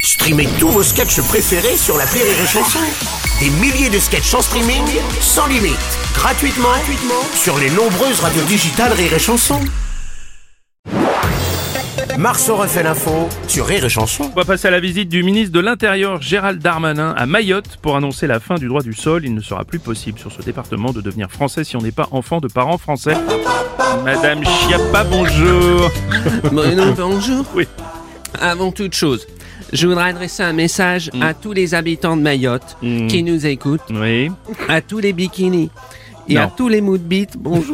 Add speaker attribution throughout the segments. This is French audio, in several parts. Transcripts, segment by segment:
Speaker 1: Streamez tous vos sketchs préférés sur la Rire et Chanson. Des milliers de sketchs en streaming, sans limite, gratuitement, gratuitement sur les nombreuses radios digitales Rire et Chanson. Marceau refait l'info sur Rire et Chanson.
Speaker 2: On va passer à la visite du ministre de l'Intérieur Gérald Darmanin à Mayotte pour annoncer la fin du droit du sol. Il ne sera plus possible sur ce département de devenir français si on n'est pas enfant de parents français. Madame Chiappa, bonjour.
Speaker 3: Bruno, bonjour.
Speaker 2: Oui.
Speaker 3: Avant toute chose, je voudrais adresser un message à tous les habitants de Mayotte
Speaker 2: Mm.
Speaker 3: qui nous écoutent,
Speaker 2: Oui.
Speaker 3: à tous les bikinis et
Speaker 2: Non.
Speaker 3: à tous les mood beats. Bonjour.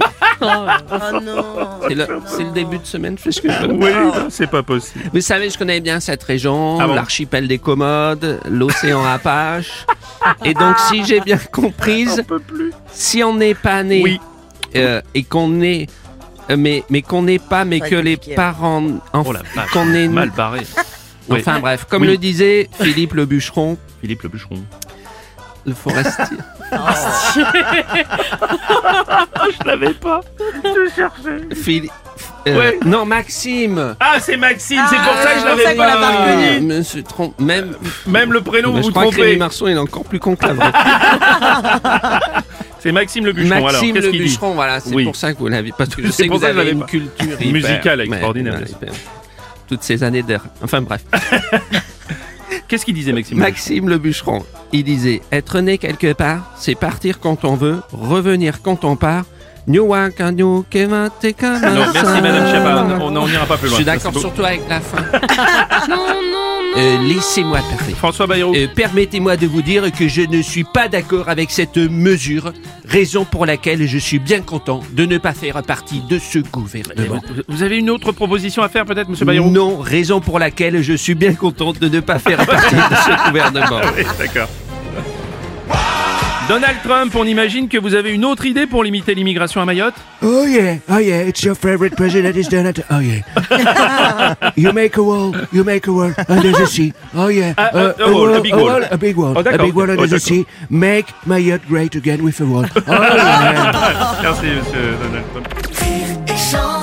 Speaker 3: C'est le, c'est le début de semaine, je fais ce que je veux.
Speaker 2: Oui, Ah, c'est pas possible.
Speaker 3: Vous savez, je connais bien cette région,
Speaker 2: Ah bon
Speaker 3: l'archipel des Commodes, l'océan Apache. Et donc, si j'ai bien comprise,
Speaker 2: peux plus.
Speaker 3: si on n'est pas né
Speaker 2: Oui.
Speaker 3: euh, et qu'on est euh, mais mais qu'on n'est pas mais
Speaker 4: Ça va
Speaker 3: que
Speaker 4: être
Speaker 3: les
Speaker 4: compliqué,
Speaker 3: parents en-
Speaker 2: Oh la vache.
Speaker 3: qu'on est
Speaker 2: Mal barré. Oui.
Speaker 3: enfin bref comme
Speaker 2: Oui.
Speaker 3: le disait Philippe le bûcheron
Speaker 2: Philippe le bûcheron.
Speaker 3: le forestier
Speaker 2: Je l'avais pas. Je cherchais.
Speaker 3: Phili- euh,
Speaker 2: Ouais.
Speaker 3: non Maxime
Speaker 2: Ah, c'est Maxime, c'est pour
Speaker 4: Ah,
Speaker 2: ça que je
Speaker 4: c'est pour ça
Speaker 2: l'avais
Speaker 4: qu'on l'a pas
Speaker 2: pas.
Speaker 3: Ah, Monsieur trompe même
Speaker 2: Même le prénom,
Speaker 3: mais
Speaker 2: vous vous
Speaker 3: je crois que Rémi
Speaker 2: trompez.
Speaker 3: Marceau il est encore plus con que la vraie.
Speaker 2: C'est Maxime le bûcheron. alors,
Speaker 3: Maxime
Speaker 2: qu'est-ce
Speaker 3: le
Speaker 2: qu'il dit
Speaker 3: bûcheron voilà c'est
Speaker 2: Oui.
Speaker 3: pour ça que vous l'avez parce que je
Speaker 2: C'est
Speaker 3: sais que
Speaker 2: pour
Speaker 3: vous
Speaker 2: ça que je
Speaker 3: avez
Speaker 2: l'avais
Speaker 3: une
Speaker 2: pas.
Speaker 3: culture hyper-
Speaker 2: Musicale
Speaker 3: ouais,
Speaker 2: extraordinaire,
Speaker 3: ouais,
Speaker 2: bien
Speaker 3: hyper- toutes ces années d'air enfin bref
Speaker 2: Qu'est-ce qu'il disait, Maxime
Speaker 3: Maxime le bûcheron, il disait Être né quelque part, c'est partir quand on veut, revenir quand on part. Nyowa kanyo keva te kama
Speaker 2: Non, merci,
Speaker 3: sa.
Speaker 2: Madame Chiappa. On n'en ira pas plus
Speaker 3: Je
Speaker 2: loin.
Speaker 3: suis
Speaker 2: Ça,
Speaker 3: d'accord
Speaker 2: c'est beau.
Speaker 3: surtout avec la fin. Euh, Laissez-moi parler.
Speaker 2: François Bayrou.
Speaker 3: Euh, Permettez-moi de vous dire que je ne suis pas d'accord avec cette mesure, raison pour laquelle je suis bien content de ne pas faire partie de ce gouvernement.
Speaker 2: Vous- Vous avez une autre proposition à faire, peut-être, Monsieur Bayrou
Speaker 3: Non, raison pour laquelle je suis bien content de ne pas faire partie de ce gouvernement.
Speaker 2: Oui, D'accord. Donald Trump, on imagine que vous avez une autre idée pour limiter l'immigration à Mayotte
Speaker 5: Oh yeah, oh yeah, it's your favorite president is Donald. Tr- Oh yeah. you make a wall, you make a wall, and there's a sea. Oh yeah,
Speaker 2: A- a- a wall, a big wall.
Speaker 5: a big wall,
Speaker 2: Oh,
Speaker 5: a
Speaker 2: d'accord.
Speaker 5: big wall, and
Speaker 2: Oh,
Speaker 5: there's a
Speaker 2: d'accord.
Speaker 5: sea. Make Mayotte great again with a wall. Oh yeah.
Speaker 2: Merci, Monsieur Donald Trump.
Speaker 4: Chanson.